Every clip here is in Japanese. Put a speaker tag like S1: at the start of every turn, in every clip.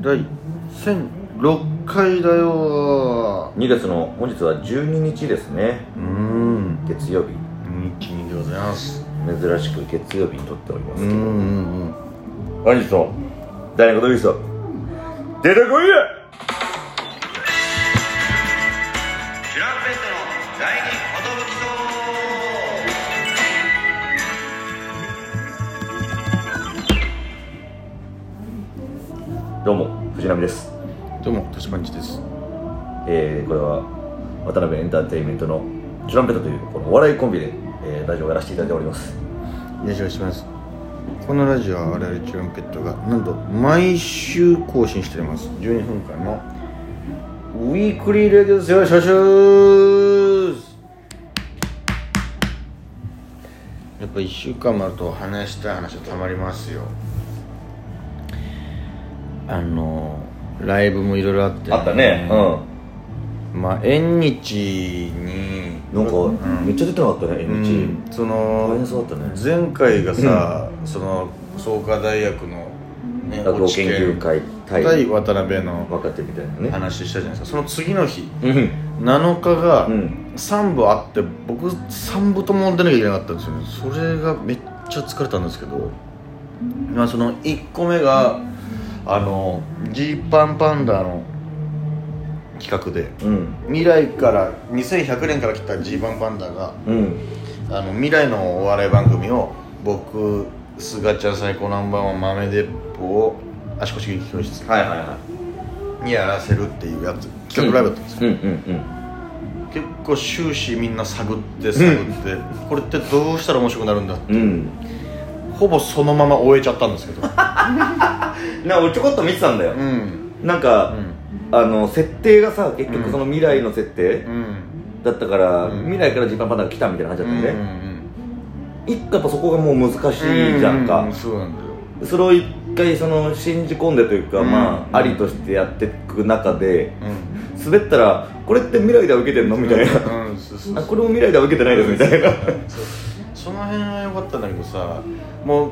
S1: 第1006回だよ
S2: 2月の本日は12日ですね
S1: うーん
S2: 月曜日
S1: 日にでございます
S2: 珍しく月曜日に撮っておりま
S1: う
S2: す
S1: ん
S2: け
S1: う
S2: ど
S1: んうん
S2: 本日も誰のこと言う人出てこいや
S3: シュランペットの第二寿き
S2: どうも藤波です
S1: どうも立花です
S2: えーこれは渡辺エンターテインメントのチュランペットというこのお笑いコンビで、えーラジオをやらせていただいております
S1: よろしくお願いしますこのラジオは我々チュランペットがなんと毎週更新しております12分間のウィークリーレディオスよしよしよーすやっぱ1週間もあると話したい話はたまりますよあのライブもいろいろあって、
S2: あったねう
S1: まあ縁日に
S2: んなんか、めっちゃ出てなかったね NG、
S1: うんそ
S2: 大
S1: の
S2: 変そうだったね
S1: 前回がさ、その創価大学の、ね
S2: 落語研究会
S1: 対
S2: 対
S1: 渡辺の
S2: 若手みたいなね
S1: 話したじゃないですかその次の日
S2: うん
S1: 7日が
S2: うん
S1: 3部あって僕3部とも出なきゃいけなかったんですよねそれがめっちゃ疲れたんですけどまあその1個目があのジーパンパンダの企画で
S2: うん
S1: 未来から2100年から来たジーパンパンダが
S2: うん
S1: あの未来のお笑い番組を僕すがちゃん最高ナンバーワン豆鉄砲を足腰劇教室
S2: はいはいは
S1: にやらせるっていうやつ企画ライブだったんですよ、
S2: いうんうん
S1: 結構終始みんな探って探って、これってどうしたら面白くなるんだ
S2: うんうん
S1: ほぼそのまま終えちゃったんですけど
S2: なんか俺ちょこっと見てたんだ よ
S1: う、ん
S2: なんか、
S1: うん
S2: あの設定がさ結局その未来の設定
S1: うん
S2: だったから、
S1: うん
S2: 未来からジパンパンダが来たみたいな感じ
S1: う
S2: だったよね、
S1: ん
S2: 一やっぱそこがもう難しいじゃん
S1: う
S2: か
S1: う、そうなんだよ
S2: それを一回その信じ込んでというか、
S1: うん
S2: まあありとしてやっていく中で滑ったらこれって未来では受けてんのみたいな、
S1: うん、うん、そうそうそう
S2: あこれも未来では受けてないですみたいな、
S1: その辺は良かったんだけどさもう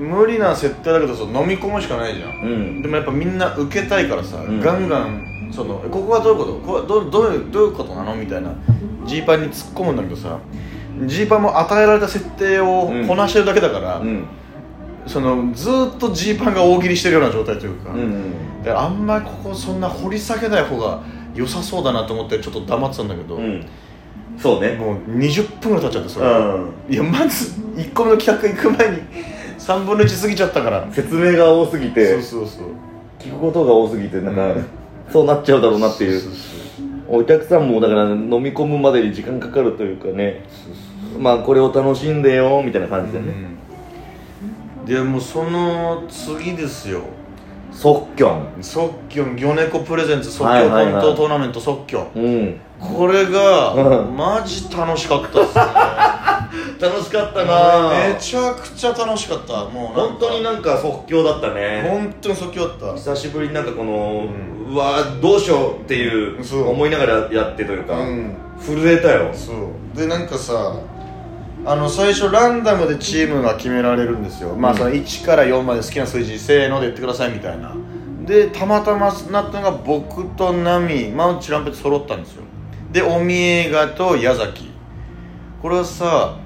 S1: 無理な設定だけどそう飲み込むしかないじゃん、
S2: うん
S1: でもやっぱみんな受けたいからさ、
S2: うん
S1: ガンガンそのえここはどういうことここはどうどういうどういうことなのみたいなジーパンに突っ込むんだけどさジーパンも与えられた設定を
S2: うん
S1: こなしてるだけだから、
S2: うん
S1: そのずーっとジーパンが大喜利してるような状態というか、
S2: うん
S1: であんまりここそんな掘り下げない方が良さそうだなと思ってちょっと黙ってたんだけど、
S2: うんそうね
S1: もう20分ぐらい経っちゃってそれ、
S2: うん
S1: いやまず1個目の企画行く前に3分の1過ぎちゃったから
S2: 説明が多すぎて
S1: そうそうそう
S2: 聞くことが多すぎてなんか、
S1: うん
S2: そうなっちゃうだろうなっていう
S1: そうそう
S2: お客さんもだから飲み込むまでに時間かかるというかねまあこれを楽しんでよみたいな感じ
S1: そう
S2: でね、
S1: うんでもうその次ですよ
S2: 即興
S1: 即興魚猫プレゼンツ即
S2: はい
S1: 興
S2: はい
S1: コ
S2: はい
S1: ントトーナメント即興、
S2: うん
S1: これが
S2: うん
S1: マジ楽しかったっす
S2: 楽しかった
S1: ねめ
S2: な
S1: ちゃくちゃ楽しかったもう
S2: 本当に
S1: な
S2: なんか即興だった
S1: んか
S2: ね
S1: 本当に即興だった
S2: 久しぶりになんかこの、
S1: う
S2: うわどうしようっていう
S1: そう
S2: 思いながらやってというか、
S1: うん
S2: 震えたよ
S1: そうでなんかさあの最初ランダムでチームが決められるんですよ、まあ
S2: うん
S1: その1から4まで好きな数字せーので言ってくださいみたいなでたまたまなったのが僕とナミマウンチランペット揃ったんですよでおみえがと矢崎これはさ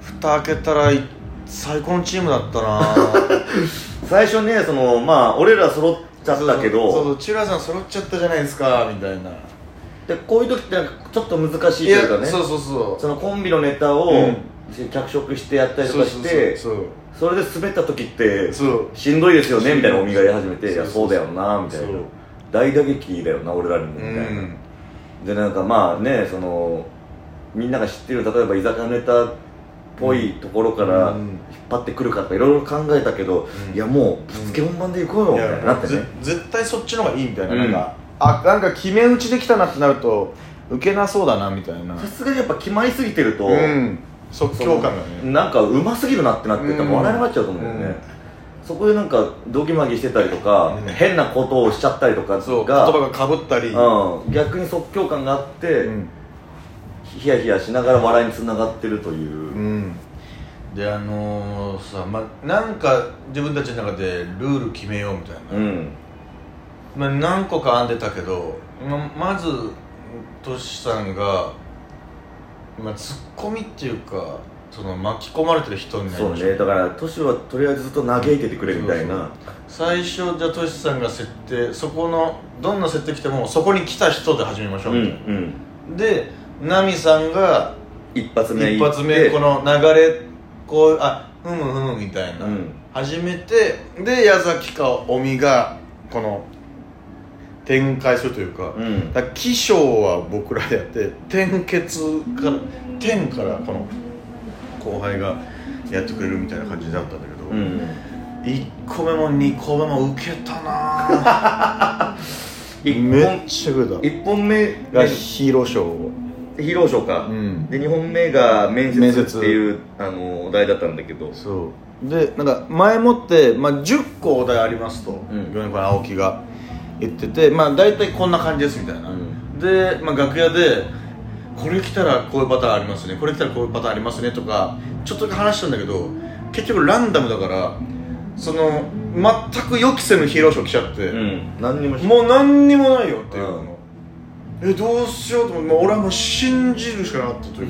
S1: 蓋開けたらい最高のチームだった な
S2: 最初ねそのまあ俺ら揃っちゃったけど
S1: そうそうチュラさん揃っちゃったじゃないですかみたいな
S2: でこういう時ってなんかちょっと難しい
S1: い
S2: というかね
S1: そうそうそう
S2: そのコンビのネタを、
S1: うん
S2: 脚色してやったりとかして
S1: そ
S2: そ
S1: うそう
S2: れで滑った時って
S1: そうそう
S2: しんどいですよねみたいなお見がやり始めてい
S1: そ
S2: や
S1: うそ
S2: そう
S1: そう
S2: うだよなみたいな
S1: そう
S2: 大打撃だよな俺らにもみ
S1: う
S2: たいな、
S1: ん
S2: でなんかまあねそのみんなが知ってる例えば居酒屋ネタっぽいところから
S1: うん
S2: 引っ張ってくるかとかいろいろ考えたけど、
S1: うん
S2: いやもうぶっつけ本番でいこうよみたいになってね
S1: ぜ絶対そっちの方がいいみたいな,、
S2: うん
S1: なんかあなんか決め打ちできたなってなると受けなそうだなみたいな
S2: さすがにやっぱ決まりすぎてると、
S1: うん即興感がね
S2: なんかうますぎるなってなってたら
S1: うん
S2: 笑いになっちゃうと思うんだよね、そこでなんかドギマギしてたりとか、
S1: うん
S2: 変なことをしちゃったりとかが
S1: そう言葉がかぶったり、
S2: うん、逆に即興感があって、
S1: うん
S2: ヒヤヒヤしながら笑いにつながってるという、
S1: うんであのー、さ、ま、なんか自分たちの中でルール決めようみたいな、
S2: うん
S1: まあ、何個か編んでたけどままずトシさんが、まあ、ツッコミっていうかその巻き込まれてる人になり
S2: そう
S1: まし
S2: ね
S1: た
S2: だからトシはとりあえずずっと嘆いててくれみたいな
S1: 最初じゃあトシさんが設定そこのどんな設定来てもそこに来た人で始めましょう
S2: うん
S1: みたいな、でナミさんが
S2: 一発目
S1: 一
S2: 行って
S1: 発目この流れこうあふむふむみたいな、
S2: うん
S1: 始めてで矢崎か尾身がこの展開するというか、
S2: うん
S1: だから起承は僕らでやって点結から点からこの後輩がやってくれるみたいな感じだったんだけど、
S2: うん
S1: 1個目も2個目もウケたな
S2: 一本
S1: めっちゃウケ
S2: 一本目
S1: たが
S2: が
S1: ヒーローショー
S2: 披露賞か、
S1: うん
S2: で2本目が面接
S1: 面接
S2: っていうあのお題だったんだけど
S1: そうでなんか前もって、まあ、10個お題ありますと、
S2: うん
S1: 米子の青木が言っててまあ大体こんな感じですみたいな、
S2: うん
S1: で、まあ、楽屋でこれ来たらこういうパターンありますねこれ来たらこういうパターンありますねとかちょっとだけ話したんだけど結局ランダムだからその全く予期せぬヒーローショー来ちゃって、
S2: うん何にもし
S1: もう何にもないよっていうの、えどうしようと思ってもう俺はもう信じるしかなかったとい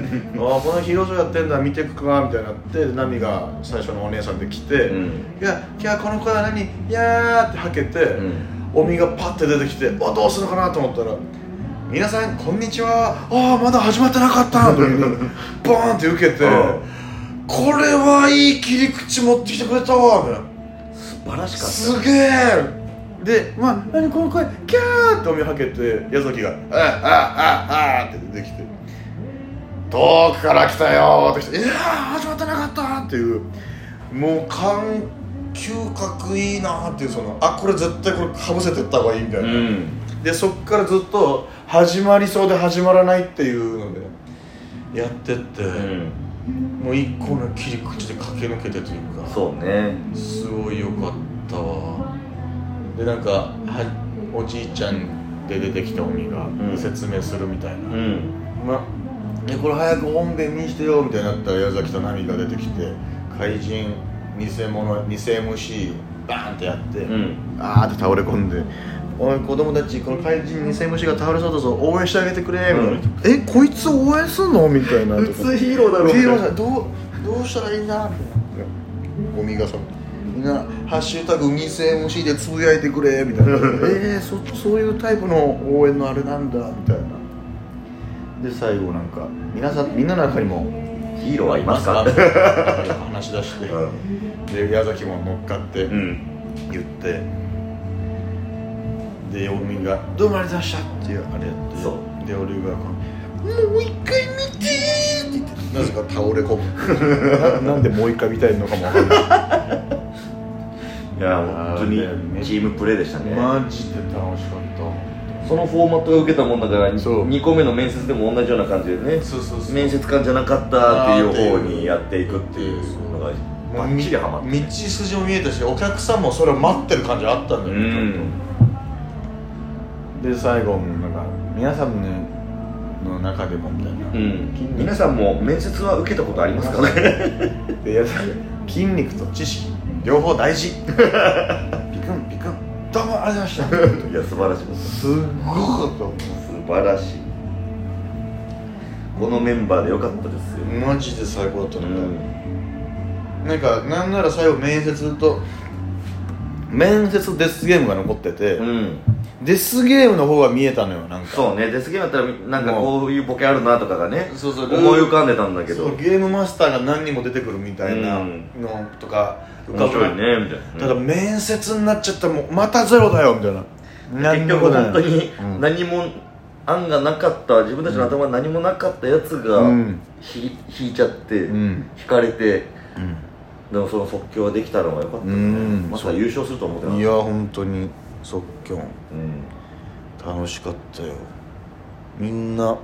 S1: う かああこのヒーローショーやってんだ見てくかみたいになってでナミが最初のお姉さんで来て「
S2: うん
S1: いやいやこの子は何いやー」ってはけて、
S2: ん
S1: おみがパッて出てきて「おどうするのかな?」と思ったら「皆さんこんにちはああまだ始まってなかった」というバーンって受けて
S2: うん
S1: 「これはいい切り口持ってきてくれたわ」みたいな。
S2: 素晴らしか
S1: すげえで、まあ、何この声キャーっておみはけて矢崎が「ああああああ」って出てきて「遠くから来たよ」って来て「いやー始まってなかった」っていうもう感嗅覚いいなっていうそのあこれ絶対これかぶせてった方がいいみたいな、
S2: うん
S1: でそっからずっと始まりそうで始まらないっていうのでやってって、
S2: うん
S1: もう一個の切り口で駆け抜けてというか
S2: そうね
S1: すごい良かったわでなんかはおじいちゃんで出てきた鬼が
S2: ん
S1: 説明するみたいな、
S2: うん
S1: まあ、えこれ早く本編見してよみたいになったら矢崎とナミが出てきて怪人偽物偽 MC バーンってやって、
S2: うん
S1: あーって倒れ込んで「おい子供たちこの怪人偽 MC が倒れそうだぞ応援してあげてくれ」みたいな「えこいつ応援すんの?」みたいな
S2: 普通ヒーローだろ
S1: ヒーロー
S2: だ
S1: さんどうどうしたらいいんだみたいなゴミがさみんな「ハッシュタグ偽 MC でつぶやいてくれ」みたいな「 えー、そそういうタイプの応援のあれなんだ」みたいなで最後なんか皆さんみんなの中にも
S2: ヒーローはいますか
S1: みたいな話し出して
S2: う
S1: で矢崎も乗っかって
S2: ん
S1: 言って、でヨウミが「どうもありがとうございました」っていうあれやって
S2: そ
S1: で俺がこの「もう一回見て!」って言ってなぜか倒れ込む ななんでもう一回見たいのかもわかんない
S2: いや本当にチームプレーでしたね
S1: マジで楽しかった
S2: そのフォーマットが受けたもんだから
S1: そう
S2: 2個目の面接でも同じような感じでね
S1: そうそうそう
S2: 面接官じゃなかったっていう方にやっていくっていうのがバッチリハマって
S1: 道筋も見えたしお客さんもそれを待ってる感じあったん
S2: う
S1: だよね、
S2: ん
S1: で最後もなんか皆さんのの中でもみたいな、
S2: うん皆さんも面接は受けたことありますかね
S1: でやっぱり筋肉と知識両方大事ピクンピクンどうもありがとうございました
S2: いや素晴らしいです
S1: すっごかっ
S2: 素晴らしいこのメンバーでよかったですよ
S1: たマジで最高だった
S2: う
S1: ね、
S2: ん
S1: なんかなんなら最後面接と面接デスゲームが残ってて、
S2: うん
S1: デスゲームの方が見えたのよなんか
S2: そうねデスゲームだったらなんかこういうボケあるなとかがね
S1: そうそう
S2: 思い浮かんでたんだけ
S1: そ
S2: ど
S1: うゲームマスターが何人も出てくるみたいな
S2: うん
S1: のとか浮か
S2: 面
S1: ぶ
S2: 白いねみたいな
S1: ただ面接になっちゃったらもうまたゼロだよみたいな
S2: 結局本当に
S1: うん
S2: 何も案がなかった自分たちの頭に何もなかったやつが
S1: うん
S2: ひ引いちゃって
S1: うん
S2: 引かれて
S1: うん
S2: でもその即興ができたのが良かったよ
S1: うん
S2: ねまさか優勝すると思ってなか
S1: い
S2: っ
S1: や
S2: た
S1: 本当に即興
S2: うん
S1: 楽しかったよみんな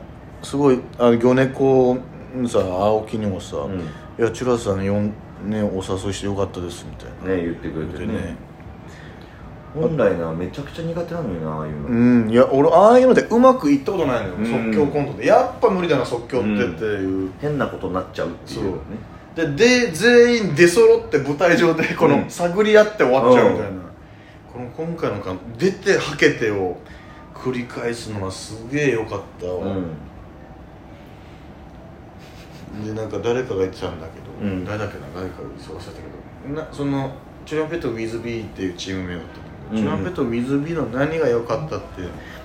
S1: すごいあの魚猫さ青木にもさ「
S2: うん
S1: いやチュラさんよん、ね、お誘いしてよかったです」みたいな
S2: ね言ってくれて
S1: で
S2: ね
S1: ね
S2: 本来なめちゃくちゃ苦手なのになああいう
S1: う
S2: の
S1: んいや俺ああいうのでうまくいったことないのよ、
S2: うん
S1: 即興コントでやっぱ無理だな即興ってっていう、
S2: 変なことになっちゃうっていうね
S1: でで全員出揃って舞台上でこ
S2: う
S1: の
S2: ん
S1: 探り合って終わっちゃうみたいな、この今回のか「出てはけて」を繰り返すのはすげえよかった
S2: う
S1: わ、
S2: ん
S1: でなんか誰かが言ってたんだけど、
S2: うん
S1: 誰だっけな誰かがそうしてたけどなそのチュランペットウィズビーっていうチーム名だったんだけど、
S2: うん
S1: チュランペットウィズビーの何が良かったって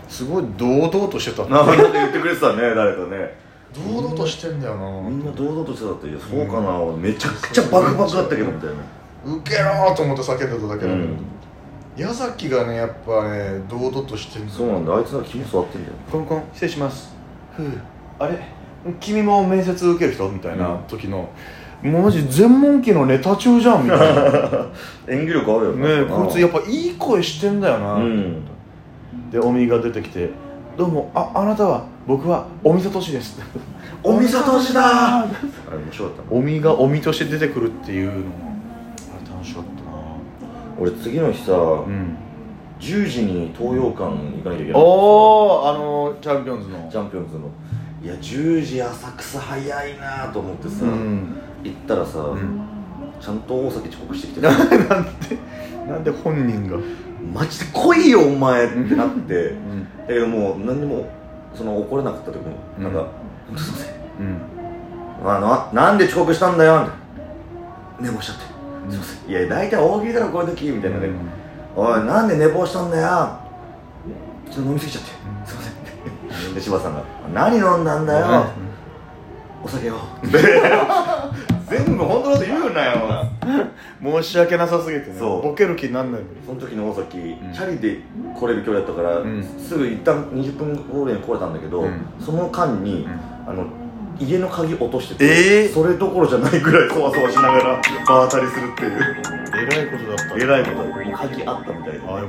S1: すごい堂々としてた
S2: なんか言ってくれてたね誰かね
S1: 堂々としてんだよな
S2: みんな堂々としてたっていやそうかな、めちゃくちゃバクバクだったけどみたいな
S1: 受けろーと思って叫んでただけだけど、
S2: うん
S1: 矢崎がねやっぱね堂々としてんだよ
S2: そうなんだあいつは肝座ってんだよ
S1: コンコン失礼しますふうあれ君も面接受ける人みたいな
S2: うん
S1: 時の、マジ全問記のネタ中じゃんみたい なね
S2: 演技力あるよ
S1: えこいつや
S2: や
S1: っぱいい声してんだよな、
S2: うん
S1: でおみが出てきて「どうもああなたは僕はおみさとしです」
S2: おみさとしだあれ面白かったな
S1: おみがおみとして出てくるっていうのもあれ楽しかった
S2: 俺次の日さ、
S1: なうん
S2: 10時に東洋館行かなきゃいけない
S1: おおあのチャンピオンズの
S2: チャンピオンズのいや10時浅草早いなと思ってさ、
S1: うん、
S2: 行ったらさ、
S1: うん、
S2: ちゃんと大崎遅刻してきてた
S1: なんでなんで本人が、
S2: マジで来いよお前ってなって
S1: うん
S2: だけどもう何にもその怒れなかった時もなんか「すいません
S1: うん、
S2: あななんで遅刻したんだよ」みたいな寝坊しちゃって「すいませんいや大体大喜利だろこういう時」みたいなね「おいなんで寝坊したんだよ」ちょっと飲みすぎちゃって「すいません」で柴さんが「何飲んだんだよお酒を」全部本当のこと言うなよ
S1: 申し訳なさすぎてね
S2: そう
S1: ボケる気になんないのに
S2: その時の大崎、
S1: ん
S2: チャリで来れる距離だったから、
S1: うん
S2: すぐ一旦20分後ぐらいに来れたんだけど、
S1: うん
S2: その間に、
S1: うん
S2: あの家の鍵落として
S1: え
S2: て、
S1: ー
S2: それどころじゃないぐらいそわそ わしながら場当たりするっていう
S1: えらいことだった
S2: えらいこと鍵あったみたいで
S1: ああよ